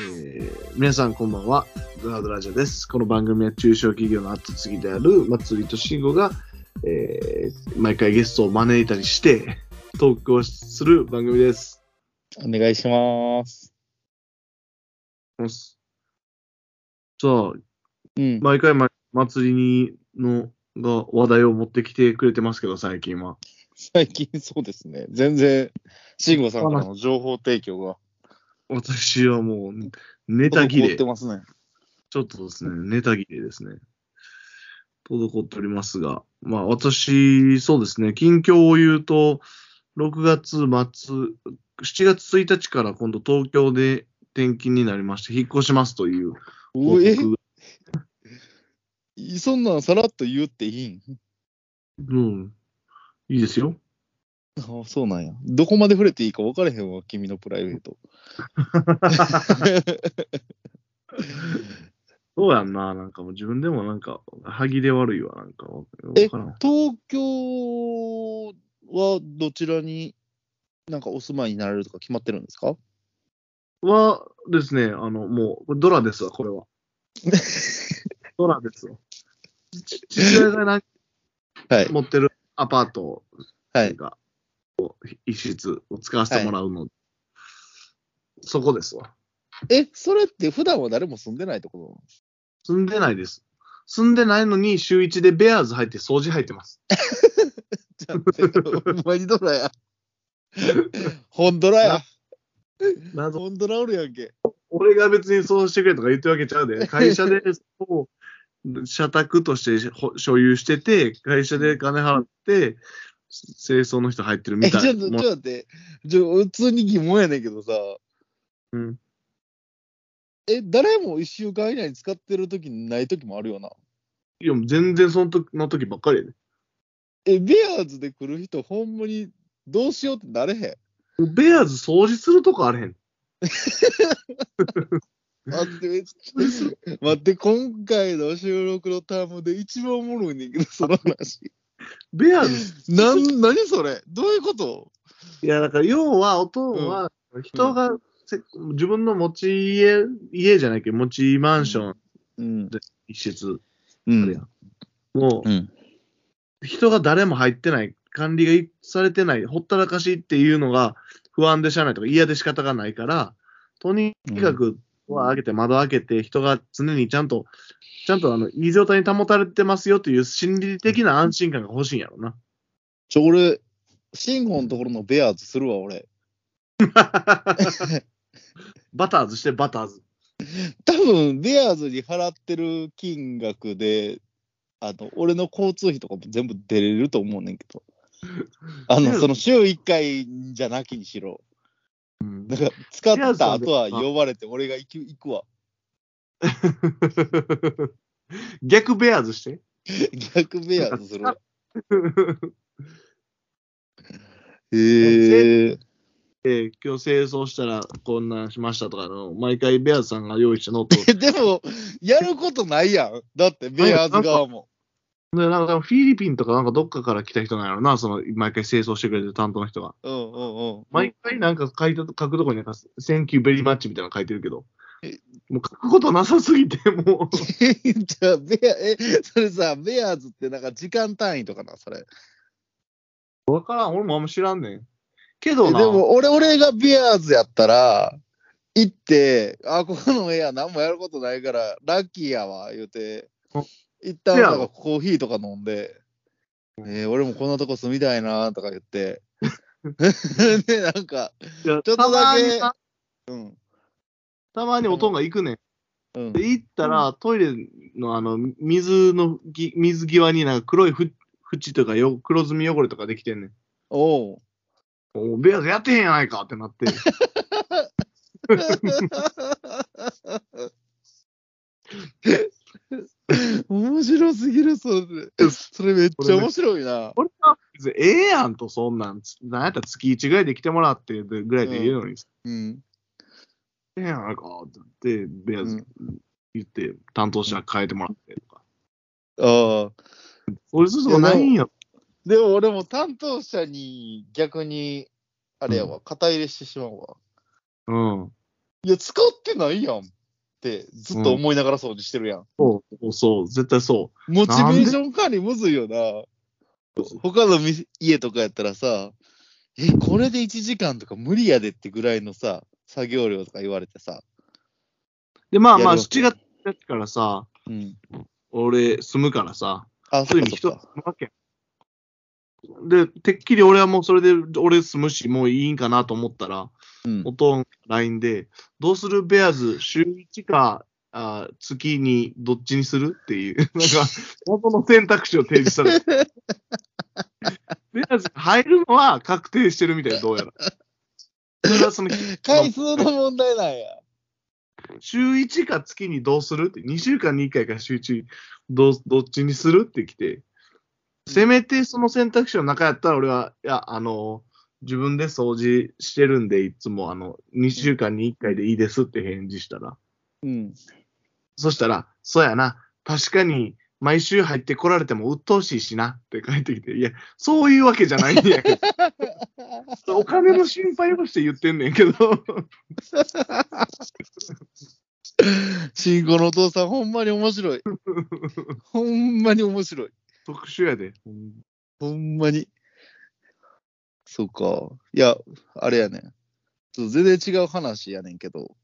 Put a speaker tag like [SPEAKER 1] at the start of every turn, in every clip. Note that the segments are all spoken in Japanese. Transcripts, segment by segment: [SPEAKER 1] えー皆さんこんばんは、ドラドラジャです。この番組は中小企業の後継ぎである松井と慎吾が、えー毎回ゲストを招いたりして、トークをする番組です。
[SPEAKER 2] お願いします。
[SPEAKER 1] さあ、
[SPEAKER 2] うん。
[SPEAKER 1] 毎回ま祭りにのが話題を持ってきてくれてますけど、最近は。
[SPEAKER 2] 最近そうですね。全然、慎吾さんからの情報提供が。
[SPEAKER 1] 私はもう、ネタ切
[SPEAKER 2] 滞っ
[SPEAKER 1] れ
[SPEAKER 2] て。ますね。
[SPEAKER 1] ちょっとですね、ネタ切れですね。滞っておりますが、まあ私、そうですね、近況を言うと、6月末、7月1日から今度東京で転勤になりまして、引っ越しますという報
[SPEAKER 2] おえ
[SPEAKER 1] 告、
[SPEAKER 2] そんなんさらっと言っていいん
[SPEAKER 1] うん、いいですよ。
[SPEAKER 2] あそうなんや。どこまで触れていいか分からへんわ、君のプライベート。
[SPEAKER 1] そうやんな、なんかもう自分でもなんか、歯切れ悪いわ、なんかわ
[SPEAKER 2] え
[SPEAKER 1] からん。
[SPEAKER 2] 東京はどちらになんかお住まいになられるとか決まってるんですか
[SPEAKER 1] はですね、あの、もう、ドラですわ、こ れは。ドラですわ。ち父親がなん
[SPEAKER 2] はい。
[SPEAKER 1] 持ってるアパートと
[SPEAKER 2] は
[SPEAKER 1] いう
[SPEAKER 2] い。
[SPEAKER 1] か、こう一室を使わせてもらうの、そこですわ。
[SPEAKER 2] え、それって普段は誰も住んでないと ころ
[SPEAKER 1] 住んでないです。住んでないのに週一でベアーズ入って掃除入ってます。
[SPEAKER 2] じゃあ、マジドラ や。ホンドラや。
[SPEAKER 1] 謎
[SPEAKER 2] ホンドラおるやんけ。
[SPEAKER 1] 俺が別にそうしてくれとか言ってるわけちゃう で、会社でそう社宅としてほ所有してて、会社で金払って、清掃の人入ってる
[SPEAKER 2] え、
[SPEAKER 1] み
[SPEAKER 2] ちょ
[SPEAKER 1] た
[SPEAKER 2] っと、
[SPEAKER 1] い
[SPEAKER 2] ちょ
[SPEAKER 1] なも
[SPEAKER 2] っと
[SPEAKER 1] ん。
[SPEAKER 2] 待って。ちょ、普通に疑問やねんけどさ。
[SPEAKER 1] うん
[SPEAKER 2] え、誰も一週間以内に使ってる時ない時もあるよな。
[SPEAKER 1] いや、全然その時の時ばっかりやで。
[SPEAKER 2] え、ベアーズで来る人、ほんまにどうしようってなれへん。
[SPEAKER 1] ベアーズ掃除するとこあれへん。
[SPEAKER 2] 待って、待って、今回の収録のタームで一番おもろいねんけど、そ の話。
[SPEAKER 1] ベアーズ
[SPEAKER 2] なん、何それどういうこと
[SPEAKER 1] いや、だから、要は、おとんは、人がせ、自分の持ち家、家じゃないけど、持ちマンション、
[SPEAKER 2] うん。
[SPEAKER 1] 一室、
[SPEAKER 2] う
[SPEAKER 1] あるやん。も
[SPEAKER 2] ん。
[SPEAKER 1] う、人が誰も入ってない、管理がいされてない、ほったらかしっていうのが不安でしゃあないとか、嫌で仕方がないから、とにかく、ドア開けて、窓開けて、人が常にちゃんと、ちゃんとあの、いい状態に保たれてますよという心理的な安心感が欲しいんやろな。
[SPEAKER 2] ちょ、俺、シンゴのところのベアーズするわ、俺。
[SPEAKER 1] バターズして、バターズ。
[SPEAKER 2] 多分ベアーズに払ってる金額で、あの俺の交通費とかも全部出れると思うねんけど。あ
[SPEAKER 1] ベアー
[SPEAKER 2] の
[SPEAKER 1] ズ
[SPEAKER 2] その週1回じゃなきにしろ、
[SPEAKER 1] うん
[SPEAKER 2] なんか使っ
[SPEAKER 1] ベアーズ
[SPEAKER 2] た
[SPEAKER 1] はね
[SPEAKER 2] 後は呼ばれて、俺が行く行くわ。
[SPEAKER 1] 逆ベアーズして。
[SPEAKER 2] 逆ベアーズするわ。へ
[SPEAKER 1] ー
[SPEAKER 2] ー
[SPEAKER 1] えー今日清掃したらこんなんしましたとかの、毎回ベアーズさんが用意したノート。
[SPEAKER 2] えでも、やることないやん。だって、ベアーズ側も。
[SPEAKER 1] でなんかフィリピンとかなんかどっかから来た人なんやろな、その毎回清掃してくれてる担当の人が。
[SPEAKER 2] うんうんうん
[SPEAKER 1] 毎。回なんか書いた書くとこになんか、Thank you very much みたいなの書いてるけど。もう書くことなさすぎて、もう。
[SPEAKER 2] じゃあベア、え、それさ、ベアーズってなんか時間単位とかな、それ。
[SPEAKER 1] わからん、俺もあんま知らんねん。けど
[SPEAKER 2] え
[SPEAKER 1] な、
[SPEAKER 2] でも俺、俺がビアーズやったら、行って、あ、ここの部屋何もやることないから、ラッキーやわ、言うて
[SPEAKER 1] うん、
[SPEAKER 2] 一旦
[SPEAKER 1] せや
[SPEAKER 2] な
[SPEAKER 1] ろ
[SPEAKER 2] んかコーヒーとか飲んで、えー俺もこんなとこ住みたいな、とか言 って、で、なんか、
[SPEAKER 1] いや
[SPEAKER 2] ちょっと
[SPEAKER 1] たま
[SPEAKER 2] だけ
[SPEAKER 1] にな
[SPEAKER 2] うん、
[SPEAKER 1] たまにおとんが行くねん。
[SPEAKER 2] うん
[SPEAKER 1] で、、行ったら、トイレのあの、水のぎ、水際になんか黒いふ縁とかよ、黒ずみ汚れとかできてんねん。
[SPEAKER 2] おう。
[SPEAKER 1] おうベアーズやってへんやないかってなって。
[SPEAKER 2] 面白すぎる、それ。それめっちゃ面白いな。
[SPEAKER 1] 俺は別にええやんと、そんなん。なんやったら月1ぐらいで来てもらってぐらいで言うのに、
[SPEAKER 2] うん。
[SPEAKER 1] ええやないかって言って、ベアー
[SPEAKER 2] う
[SPEAKER 1] ズ
[SPEAKER 2] ん
[SPEAKER 1] 言って、担当者変えてもらってとか。
[SPEAKER 2] ああ。
[SPEAKER 1] 俺そういうとこないんや。
[SPEAKER 2] でも俺も担当者に逆に、あれやわ、肩入れしてしまうわ。
[SPEAKER 1] うん。
[SPEAKER 2] いや、使ってないやんってずっと思いながら掃除してるやん。
[SPEAKER 1] そうそうそう、絶対そ
[SPEAKER 2] モチベーション管理むずいよな。他のみ家とかやったらさ、え、これで1時間とか無理やでってぐらいのさ、作業量とか言われて
[SPEAKER 1] う。
[SPEAKER 2] さ。
[SPEAKER 1] で、まあまあ、
[SPEAKER 2] やるわけ
[SPEAKER 1] 7月1日からさ、
[SPEAKER 2] うん。
[SPEAKER 1] 俺、住むからさ、
[SPEAKER 2] あ、
[SPEAKER 1] ついに人、わけ。で、てっきり俺はもうそれで、俺住むし、もういいんかなと思ったら、
[SPEAKER 2] うん
[SPEAKER 1] お。とん、LINE で、どうするベアーズ、週1か、あー月にどっちにするっていう、 なんか、謎の選択肢を提示され た。ベアーズ入るのは確定してるみたい、どうやら。それはその
[SPEAKER 2] 回数の問題なんや。
[SPEAKER 1] 週1か月にどうするって、2週間に1回か週1、どうどっちにするって来て、せめてその選択肢の中やったら、俺は、いや、あの、自分で掃除してるんで、いつも、あの、2週間に1回でいいですって返事したら、
[SPEAKER 2] うん。
[SPEAKER 1] そしたら、そうやな、確かに、毎週入ってこられても鬱陶しいしなって返ってきて、いや、そういうわけじゃないんやけど、 お金の心配をして言ってんねんけど、
[SPEAKER 2] 新婚のお父さん、ほんまに面白 い。ほんまに面白い。
[SPEAKER 1] 特殊やで。ほん
[SPEAKER 2] ほんまに。そうか。いや、あれやねん。ちょっと全然違う話やねんけど、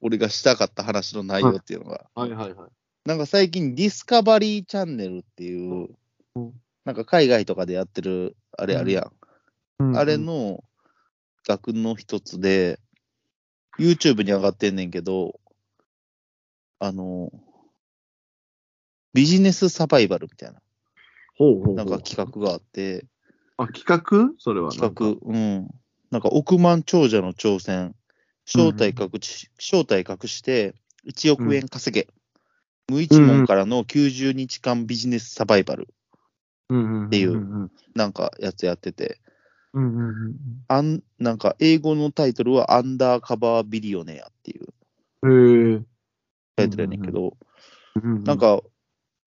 [SPEAKER 2] 俺がしたかった話の内容っていうのが、
[SPEAKER 1] はいはいはい。
[SPEAKER 2] なんか最近ディスカバリーチャンネルっていう
[SPEAKER 1] うん、
[SPEAKER 2] なんか海外とかでやってる、あれあるやん。あれの額の一つで、YouTube に上がってんねんけど、あの、ビジネスサバイバルみたいな、
[SPEAKER 1] ほうほうほう
[SPEAKER 2] なんか企画があって、
[SPEAKER 1] あ、企画それはなんか。
[SPEAKER 2] 企画、うん。なんか億万長者の挑戦、正体隠し、正体隠して1億円稼げ、無一文からの90日間ビジネスサバイバル、
[SPEAKER 1] っ
[SPEAKER 2] っていうんなんかやつやってて、
[SPEAKER 1] うんうんうん
[SPEAKER 2] あんなんか英語のタイトルはアンダーカバービリオネアっていう
[SPEAKER 1] うん。へえ。
[SPEAKER 2] タイトルやねんけど、
[SPEAKER 1] な
[SPEAKER 2] なん、か、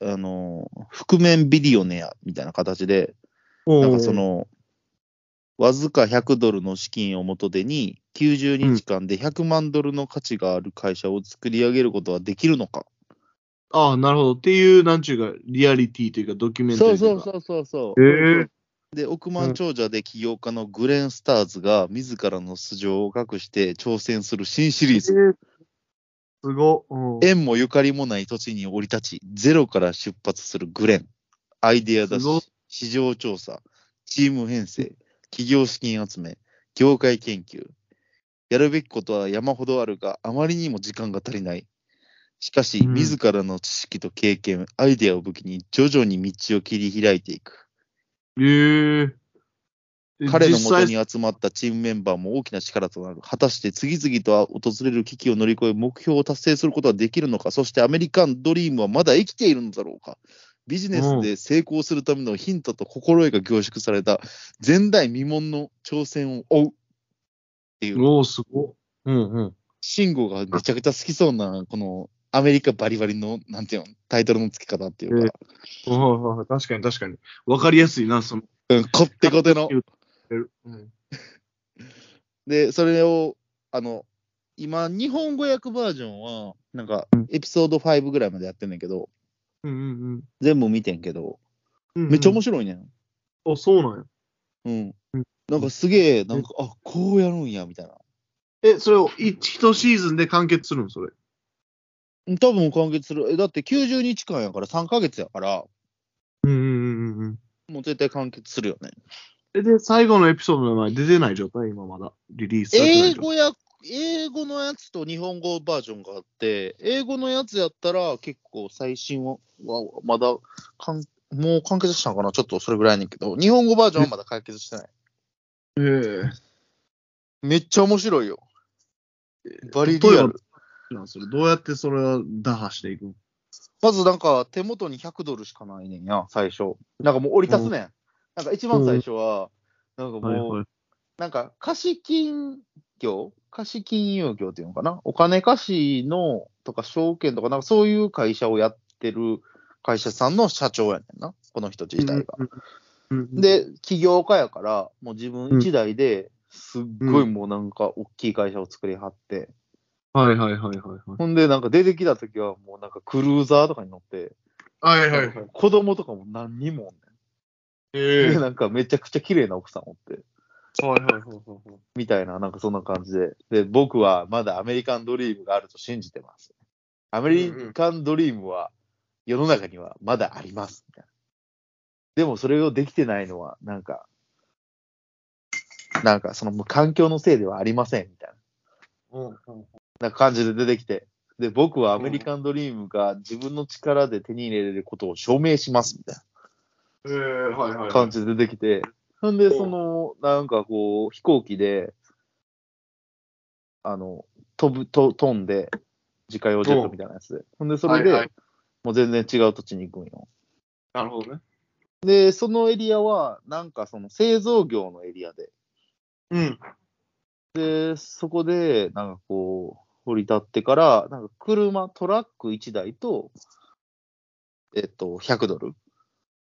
[SPEAKER 2] あの、覆面ビリオネアみたいな形で、
[SPEAKER 1] な
[SPEAKER 2] なんかそ、の、わずか100ドルの資金を元手に、90日間で100万ドルの価値がある会社を作り上げることはできるのか。
[SPEAKER 1] ああ、なるほど。っていう、なんちゅうか、リアリティというか、ドキュメンタリ
[SPEAKER 2] そ
[SPEAKER 1] ーとい
[SPEAKER 2] うそうう
[SPEAKER 1] か。
[SPEAKER 2] そうそうそう。
[SPEAKER 1] へえ。
[SPEAKER 2] で、億万長者で起業家のグレン・スターズが自らの素性を隠して挑戦する新シリーズ。
[SPEAKER 1] へえすご。うん
[SPEAKER 2] 縁もゆかりもない土地に降り立ち、ゼロから出発するグレン。アイデア出
[SPEAKER 1] すごっ
[SPEAKER 2] し、市場調査、チーム編成、企業資金集め、業界研究。やるべきことは山ほどあるが、あまりにも時間が足りない。しかし、
[SPEAKER 1] うん
[SPEAKER 2] 自らの知識と経験、アイデアを武器に徐々に道を切り開いていく。
[SPEAKER 1] へえ。
[SPEAKER 2] 彼の
[SPEAKER 1] 実際
[SPEAKER 2] 元に集まったチームメンバーも大きな力となる。果たして次々と訪れる危機を乗り越え、目標を達成することはできるのか、そしてアメリカンドリームはまだ生きているのだろうか。ビジネスで成功するためのヒントと心得が凝縮された前代未聞の挑戦を追うっていう、
[SPEAKER 1] おお、すご。うんうん。
[SPEAKER 2] シンゴがめちゃくちゃ好きそうな、このアメリカバリバリの、なんていうの、タイトルの付け方っていうか、
[SPEAKER 1] はいはいはい確かに確かに。わかりやすいな、その。
[SPEAKER 2] うん、こってこての。
[SPEAKER 1] うん
[SPEAKER 2] で、それを、あの、今、日本語訳バージョンは、なんか
[SPEAKER 1] うん、
[SPEAKER 2] エピソード5ぐらいまでやってんねんけど、
[SPEAKER 1] うんうん
[SPEAKER 2] 全部見てんけど、
[SPEAKER 1] うん。
[SPEAKER 2] めっちゃ面
[SPEAKER 1] 白
[SPEAKER 2] 白いねん。
[SPEAKER 1] い。あ、そうなんや。
[SPEAKER 2] うん
[SPEAKER 1] うん。
[SPEAKER 2] なんかすげえ、なんか、あ、こうやるんや、みたいな。
[SPEAKER 1] え、それを一一シーズンで完結するのそれ。
[SPEAKER 2] 多分完結する。え、だって90日間やから3ヶ月やから、
[SPEAKER 1] うんうんうんうん。
[SPEAKER 2] もう絶対完結するよね。
[SPEAKER 1] え、で、最後のエピソードの名前出てない状態今まだ。リリースされてない
[SPEAKER 2] 英
[SPEAKER 1] 状態。
[SPEAKER 2] 語や、英語のやつと日本語バージョンがあって、英語のやつやったら結構最新は、はまだかん、もう完結したのかなちょっとそれぐらいやねんけど、日本語バージョンはまだ完結してない。
[SPEAKER 1] え
[SPEAKER 2] めっちゃ面白いよ。バ
[SPEAKER 1] え
[SPEAKER 2] リリアル。
[SPEAKER 1] なんそれどうやってそれは打破していくの
[SPEAKER 2] まずなんか手元に100ドルしかないねんや、最初。なんかもう折り足すねん。なんか一番最初は、なんかもう、
[SPEAKER 1] はいはい。
[SPEAKER 2] なんか貸金業貸金融業っていうのかなお金貸しのとか証券とか、なんかそういう会社をやってる会社さんの社長やねんな、この人自体が。
[SPEAKER 1] うんうん、
[SPEAKER 2] で、起業家やから、もう自分一台ですっごいもうなんか大きい会社を作りはって、
[SPEAKER 1] はいはいはいはいはい。
[SPEAKER 2] ほんで、なんか出てきた時は、もうなんかクルーザーとかに乗って、
[SPEAKER 1] はいはいはい。
[SPEAKER 2] 子供とかも何人もおんねん。
[SPEAKER 1] え
[SPEAKER 2] で、なんかめちゃくちゃ綺麗な奥さんおって、
[SPEAKER 1] はいはいはいはい。
[SPEAKER 2] みたいな、なんかそんな感じで。で、僕はまだアメリカンドリームがあると信じてます。アメリカンドリームは世の中にはまだあります。みたいなでもそれをできてないのは、なんか、なんかその環境のせいではありません、みたいな。
[SPEAKER 1] うんうん
[SPEAKER 2] な感じで出てきて。で、僕はアメリカンドリームが自分の力で手に入れれることを証明しますみたい
[SPEAKER 1] えー、はいはいは。
[SPEAKER 2] ない感じで出てきて。ほんで、その、なんかこう、飛行機で、あの、飛ぶ、と飛んで、自家用ジェットみたいなやつで。ほんで、それ
[SPEAKER 1] はいは
[SPEAKER 2] で
[SPEAKER 1] い、
[SPEAKER 2] もう全然違う土地に行くんよ。
[SPEAKER 1] なるほどね。
[SPEAKER 2] で、そのエリアは、なんかその製造業のエリアで、
[SPEAKER 1] うん。
[SPEAKER 2] で、そこで、なんかこう、降り立ってから、なんか車、トラック1台と、えっと、100ドル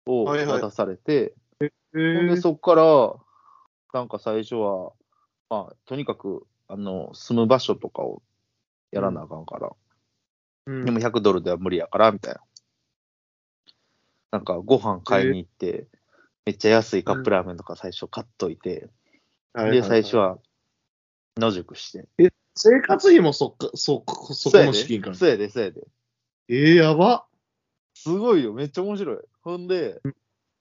[SPEAKER 2] を
[SPEAKER 1] はいはい
[SPEAKER 2] 渡されて、
[SPEAKER 1] え
[SPEAKER 2] ほんでそこから、なんか最初は、まあ、とにかく、あの、住む場所とかをやらなあかんから、
[SPEAKER 1] うん
[SPEAKER 2] でも100ドルでは無理やから、みたいな。なんか、ご飯買いに行って、めっちゃ安いカップラーメンとか最初買っといて、で、最初。は、野宿して、
[SPEAKER 1] 生活費もそっか、そ、そこの資金から。
[SPEAKER 2] そうやで、そうやで。
[SPEAKER 1] えー、やば。
[SPEAKER 2] すごいよ、めっちゃ面白い。ほんで、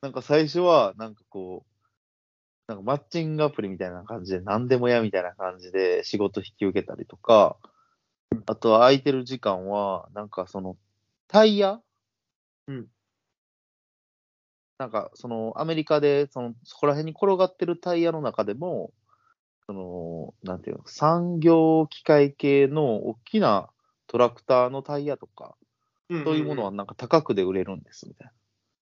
[SPEAKER 2] なんか最初は、なんかこう、なんかマッチングアプリみたいな感じで、何でもやみたいな感じで仕事引き受けたりとか、あとは空いてる時間は、なんかその、タイヤ
[SPEAKER 1] うん。
[SPEAKER 2] なんかその、アメリカで、その、そこら辺に転がってるタイヤの中でも、その、なんていうの、産業機械系の大きなトラクターのタイヤとか、そういうものは
[SPEAKER 1] ん。
[SPEAKER 2] なんか高くで売れるんですみたいな。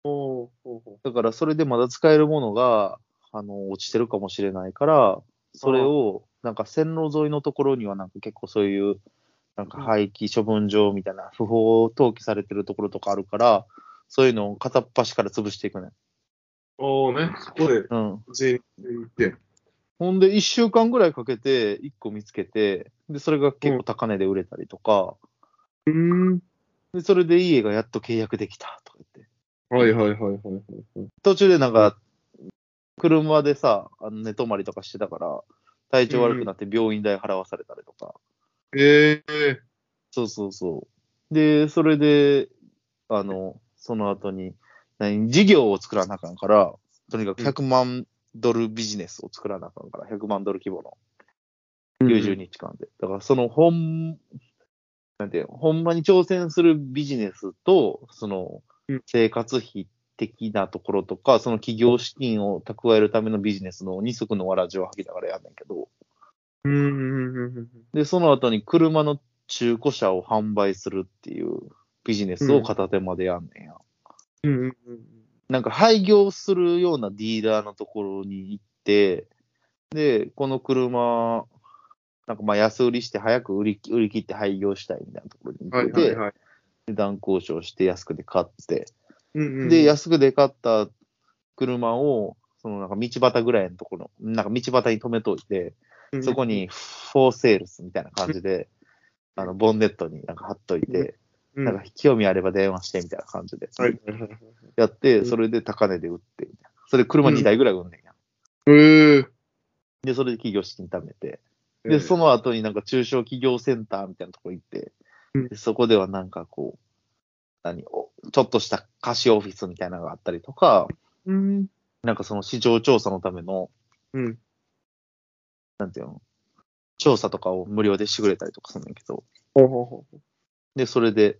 [SPEAKER 1] おうおうおう
[SPEAKER 2] だからそれでまだ使えるものがあの落ちてるかもしれないから、それをなんか線路沿いのところにはなんか結構そういうなんか廃棄処分場みたいな不法投棄されてるところとかあるから、そういうのを片っ端から潰していくね。
[SPEAKER 1] おうね、そこで
[SPEAKER 2] うん。
[SPEAKER 1] 全員行って。
[SPEAKER 2] ほんで1週間ぐらいかけて1個見つけて、で、それが結構高値で売れたりとか、
[SPEAKER 1] うん。
[SPEAKER 2] で、それで家がやっと契約できたとか言って。
[SPEAKER 1] はいはいはいはいはい。
[SPEAKER 2] 途中でなんか、車でさ、あの寝泊まりとかしてたから、体調悪くなって病院代払わされたりとか、
[SPEAKER 1] ええ
[SPEAKER 2] そうそうそう。で、それで、あの、その後に、何、事業を作らなあかんから、とにかく100万ドルビジネスを作らなあかんから、100万ドル規模の
[SPEAKER 1] ー。
[SPEAKER 2] 90日間で。だから、その、ほん、なんていうの、ほんまに挑戦するビジネスと、その
[SPEAKER 1] うん、
[SPEAKER 2] 生活費的なところとか、その企業資金を蓄えるためのビジネスの二足のわらじを履きながらやんねんけど、
[SPEAKER 1] うんうんうんうん。
[SPEAKER 2] で、その後に車の中古車を販売するっていうビジネスを片手までやんねんや。
[SPEAKER 1] うんうんうん。
[SPEAKER 2] なんか廃業するようなディーラーのところに行って、で、この車、なんかまあ安売りして早く売り売り切って廃業したいみたいなところに行
[SPEAKER 1] は
[SPEAKER 2] っ
[SPEAKER 1] い
[SPEAKER 2] て、
[SPEAKER 1] はいはい。
[SPEAKER 2] 値段交渉して安くで買って、
[SPEAKER 1] うんうん
[SPEAKER 2] で、安くで買った車を、そのなんか道端ぐらいのところ、なんか道端に止めといて、そこにフォーセールスみたいな感じで、あの、ボンネットになんか貼っといて、
[SPEAKER 1] うん、
[SPEAKER 2] なんか興味あれば電話してみたいな感じで、
[SPEAKER 1] はいはいはい。
[SPEAKER 2] やっ
[SPEAKER 1] う
[SPEAKER 2] て、
[SPEAKER 1] ん
[SPEAKER 2] それで高値で売ってみたいな、それ車2台ぐらい売んねんや。
[SPEAKER 1] ええ
[SPEAKER 2] で、それで企業資金貯めて、で、その後になんか中小企業センターみたいなとこ行って、
[SPEAKER 1] うん
[SPEAKER 2] でそこではなんかこう、何おちょっとした貸しオフィスみたいなのがあったりとか、
[SPEAKER 1] うん。
[SPEAKER 2] なんかその市場調査のための、
[SPEAKER 1] うん。
[SPEAKER 2] なんていうの、調査とかを無料でしてくれたりとかするんだけど、
[SPEAKER 1] ほうほうほう。
[SPEAKER 2] で、それで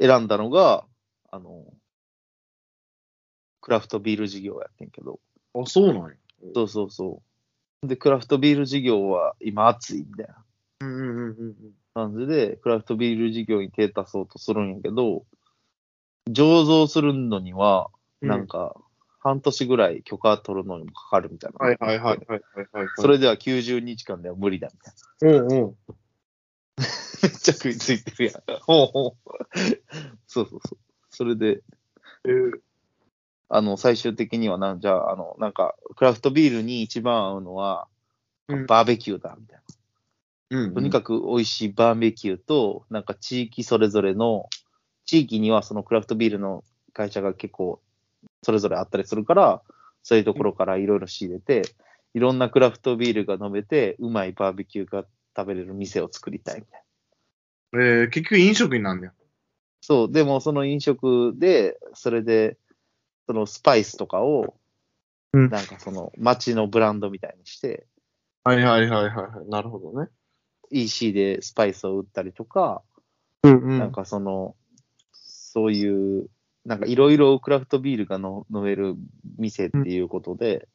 [SPEAKER 2] 選んだのが、あの、クラフトビール事業をやってんけど、
[SPEAKER 1] あ、そうなんや。
[SPEAKER 2] そうそうそう。で、クラフトビール事業は今熱いみたいな
[SPEAKER 1] うんうんうんうん
[SPEAKER 2] 感じで、クラフトビール事業に手出そうとするんやけど、醸造するのには、
[SPEAKER 1] うん。
[SPEAKER 2] なんか、半年ぐらい許可取るのにもかかるみたいな。
[SPEAKER 1] はいはいはい。はいはいはい。
[SPEAKER 2] そ、れでは90日間では無理だみたいな。
[SPEAKER 1] うんうん。
[SPEAKER 2] めっちゃ食いついてるやん。ほうほう。そうそうそう。それで、
[SPEAKER 1] えー、
[SPEAKER 2] あの、最終的にはなん、じゃあ、あの、なんか、クラフトビールに一番合うのは、
[SPEAKER 1] うん
[SPEAKER 2] バーベキューだ、みたいな。
[SPEAKER 1] うん。
[SPEAKER 2] とにかく美味しいバーベキューと、なんか地域それぞれの、地域にはそのクラフトビールの会社が結構それぞれあったりするから、そういうところからいろいろ仕入れて、いろんなクラフトビールが飲めて、うまいバーベキューが食べれる店を作りたいみたいな。
[SPEAKER 1] く。えー、結局飲食になんねん。
[SPEAKER 2] そう、でもその飲食で、それで、そのスパイスとかを、
[SPEAKER 1] うん
[SPEAKER 2] なんかその街のブランドみたいにして、
[SPEAKER 1] はいはいはいはいはい。なるほどね。
[SPEAKER 2] EC でスパイスを売ったりとか、
[SPEAKER 1] うんう
[SPEAKER 2] なんかその、そういう、なんかいろいろクラフトビールがの飲める店っていうことで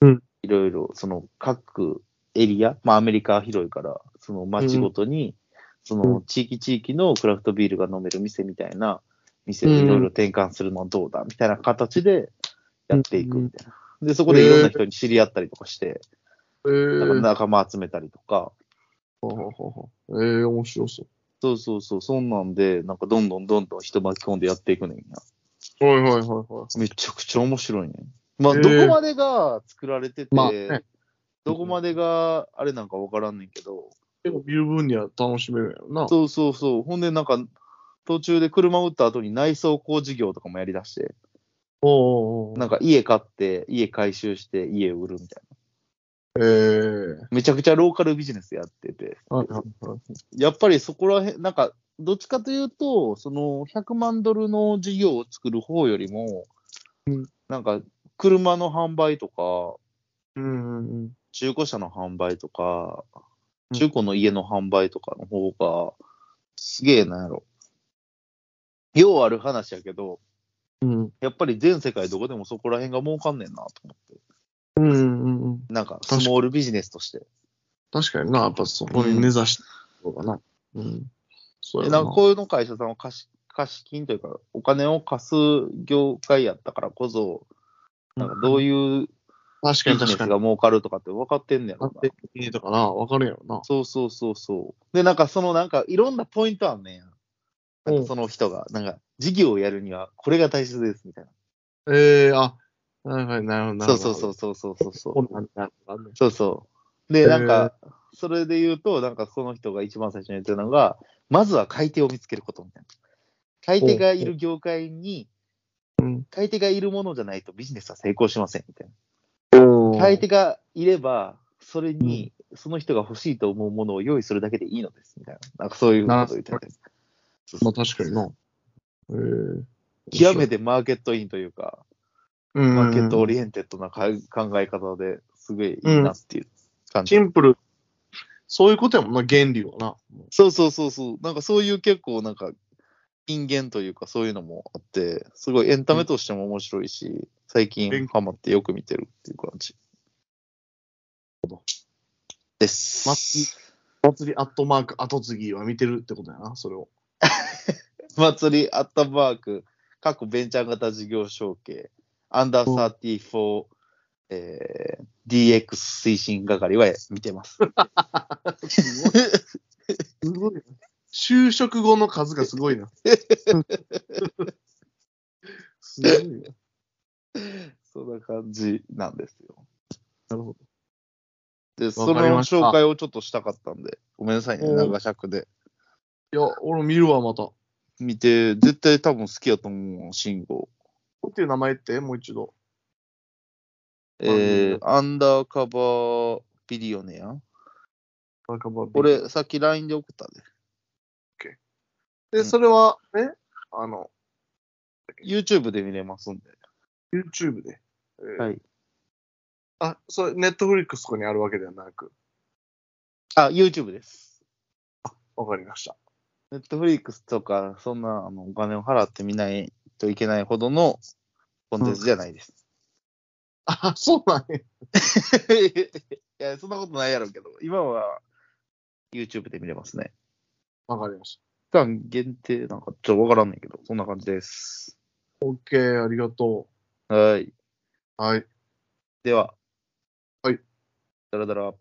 [SPEAKER 1] うん、
[SPEAKER 2] いろいろその各エリア、まあアメリカは広いから、その街ごとに、その地域地域のクラフトビールが飲める店みたいな店をいろいろ転換するのはどうだみたいな形でやっていくみたいな。で、そこでいろんな人に知り合ったりとかして、
[SPEAKER 1] え
[SPEAKER 2] なんか
[SPEAKER 1] ー、
[SPEAKER 2] 仲間集めたりとか、
[SPEAKER 1] ほうほうほうほうえー、面白そう。
[SPEAKER 2] そうそうそう、そんなんで、なんかどんどんどんどん人巻き込んでやっていくねんな。
[SPEAKER 1] はいはいはいは
[SPEAKER 2] めちゃくちゃ面白いね。まあ、
[SPEAKER 1] へえ
[SPEAKER 2] どこまでが作られてて、
[SPEAKER 1] まあね
[SPEAKER 2] どこまでがあれなんかわからんねんけど、
[SPEAKER 1] い。結構ビル分には楽しめるやろな。
[SPEAKER 2] そうそうそう、ほんでなんか、途中で車を売った後に内装工事業とかもやりだして、
[SPEAKER 1] おうおうおう
[SPEAKER 2] なんか家買って、家回収して、家売るみたい
[SPEAKER 1] えー、
[SPEAKER 2] な。めちゃくちゃローカルビジネスやってて、
[SPEAKER 1] はいはいはい。
[SPEAKER 2] やっぱりそこらへん、なんか、どっちかというと、その100万ドルの事業を作る方よりも、
[SPEAKER 1] うん
[SPEAKER 2] なんか、車の販売とか、
[SPEAKER 1] うんうんうん。
[SPEAKER 2] 中古車の販売とか、
[SPEAKER 1] うん
[SPEAKER 2] 中古の家の販売とかの方が、すげえなんやろ。ようある話やけど、
[SPEAKER 1] うん
[SPEAKER 2] やっぱり全世界どこでもそこら辺が儲かんねんなと思って。
[SPEAKER 1] うんうんうん。
[SPEAKER 2] なんか、ス
[SPEAKER 1] かに
[SPEAKER 2] モールビジネスとして。
[SPEAKER 1] 確かにな、やっぱそこに根ざしたのかな。うん。そう
[SPEAKER 2] で
[SPEAKER 1] や
[SPEAKER 2] な
[SPEAKER 1] なん
[SPEAKER 2] かこういうの会社さんは貸し貸し金というか、お金を貸す業界やったからこそ、なんかどういう
[SPEAKER 1] 確か
[SPEAKER 2] ビ
[SPEAKER 1] に
[SPEAKER 2] ジネ
[SPEAKER 1] 確
[SPEAKER 2] ス
[SPEAKER 1] かに。
[SPEAKER 2] が儲かるとかって分かってんねや
[SPEAKER 1] あ
[SPEAKER 2] ろ
[SPEAKER 1] っ
[SPEAKER 2] な
[SPEAKER 1] て。いいとかな、わかるやろな。
[SPEAKER 2] そうそうそうそう。で、なんかそのなんかいろんなポイントあんねんや。なん
[SPEAKER 1] うん
[SPEAKER 2] かその人が、なんか事業をやるにはこれが大切ですみたい
[SPEAKER 1] ええー、あ、はいはい、なるほど、な
[SPEAKER 2] な。
[SPEAKER 1] る
[SPEAKER 2] そ
[SPEAKER 1] ほど。
[SPEAKER 2] うそうそうそうそうそうそう。
[SPEAKER 1] こんなんなるほどね
[SPEAKER 2] そうそう。
[SPEAKER 1] へ
[SPEAKER 2] で、
[SPEAKER 1] ー
[SPEAKER 2] なんか、それで言うと、なんかその人が一番最初に言ってたのが、まずは買い手を見つけることみたいな。買い手がいる業界に、
[SPEAKER 1] うん
[SPEAKER 2] 買い手がいるものじゃないとビジネスは成功しませんみたい
[SPEAKER 1] お
[SPEAKER 2] な。
[SPEAKER 1] ー
[SPEAKER 2] 買い手がいれば、それに、その人が欲しいと思うものを用意するだけでいいのですみたいな。なんかそういうことを言ってて。
[SPEAKER 1] まあ確かにな。えー、
[SPEAKER 2] 極めてマーケットインというか、マ
[SPEAKER 1] マ
[SPEAKER 2] ーケットオリエンテッドなか考え方ですごいいいなっていう感じ。
[SPEAKER 1] シンプル。そういうことやもんな、原理をな。
[SPEAKER 2] そうそうそうそう。なんかそういう結構なんか人間というかそういうのもあって、すごいエンタメとしても面白いし、最近ハマってよく見てるっていう感じ。です。
[SPEAKER 1] ま祭りアットマーク後継ぎは見てるってことやな、それを。
[SPEAKER 2] 祭りアットマーク、各ベンチャー型事業承継、アンダー34、えー、DX 推進係は見てます。
[SPEAKER 1] すごい。すごいな。就職後の数がすごいな。すごいな。
[SPEAKER 2] そんな感じなんですよ。
[SPEAKER 1] なるほ
[SPEAKER 2] で、そ
[SPEAKER 1] わかり
[SPEAKER 2] の
[SPEAKER 1] ました
[SPEAKER 2] 紹介をちょっとしたかったんで、ごめんなさいね、
[SPEAKER 1] うん
[SPEAKER 2] 長尺で。
[SPEAKER 1] ど。いや、俺見るわ、また。こ
[SPEAKER 2] 見て、絶対多分好きやと思う、信号。
[SPEAKER 1] っていう名前って、もう一度。
[SPEAKER 2] えー、アンダーカバービリオネア。
[SPEAKER 1] 赤羽
[SPEAKER 2] これ、さっき LINE で送ったで。
[SPEAKER 1] で、それは、えあの、
[SPEAKER 2] YouTube で見れますんで。
[SPEAKER 1] YouTube で。えー
[SPEAKER 2] はい。
[SPEAKER 1] あ、それ、Netflix とかにあるわけではなく。
[SPEAKER 2] あ、YouTube です。
[SPEAKER 1] わかりました。
[SPEAKER 2] ネットフリックスとか、そんなあのお金を払って見ないといけないほどのコンテンツじゃないです。
[SPEAKER 1] あ、そうなんや。
[SPEAKER 2] いや、そんなことないやろうけど、今は YouTube で見れますね。
[SPEAKER 1] わかりまし
[SPEAKER 2] 期間限定なんかちょっとわからんねんけど、そんな感じです。
[SPEAKER 1] た。OK、ありがと
[SPEAKER 2] はい。
[SPEAKER 1] う。はい。
[SPEAKER 2] では。
[SPEAKER 1] はい。
[SPEAKER 2] だらだら。